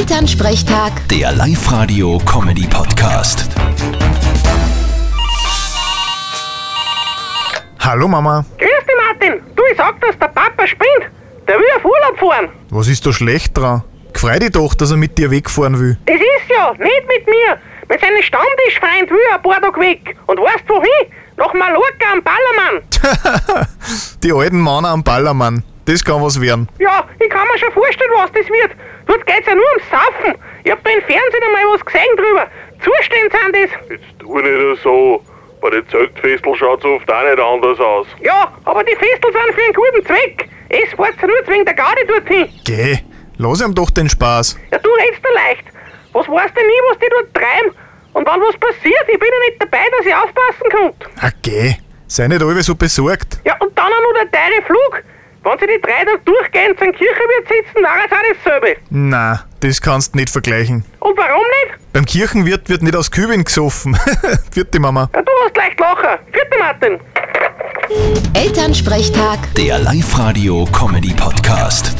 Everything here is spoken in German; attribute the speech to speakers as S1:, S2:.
S1: Elternsprechtag,
S2: Der Live-Radio-Comedy-Podcast.
S3: Hallo Mama,
S4: Grüß dich, Martin. Du, ich sag, dass der Papa spinnt. Der will auf Urlaub fahren.
S3: was ist da schlecht dran? Gefreu dich doch, dass er mit dir wegfahren will.
S4: Das ist ja, nicht mit mir. Mit seinem Stammtischfreund will er ein paar Tage weg. Und weißt du wohin? Nach Mallorca am Ballermann.
S3: Die alten Männer am Ballermann, das kann was werden.
S4: Ja, ich kann mir schon vorstellen, was das wird. Dort geht's ja nur ums Saufen. Ich hab beim Fernsehen einmal was gesehen drüber. Zustände sind das.
S5: Jetzt tu nicht so. Bei den Zeltfesteln schaut's oft auch nicht anders aus.
S4: Ja, aber die Festel sind für einen guten Zweck. Es fährt's nur wegen der Gaudi dorthin.
S3: Geh, lass ihm doch den Spaß.
S4: Ja, du redst da leicht. Was weißt du nie, was die dort treiben? Und wenn was passiert, ich bin ja nicht dabei, dass ich aufpassen konnte.
S3: Ah, geh, sei nicht alle so besorgt.
S4: Ja, und dann auch noch der teure Flug. Wenn sie die drei Tage durchgehend in Kirche wird sitzen, dann ist auch dasselbe.
S3: Na, das kannst nicht vergleichen.
S4: Und warum nicht?
S3: Beim Kirchenwirt wird nicht aus Kübeln gesoffen. Vierte Mama.
S4: Ja, du hast leicht lachen. Vierte Martin.
S1: Elternsprechtag.
S2: Der Live-Radio-Comedy-Podcast.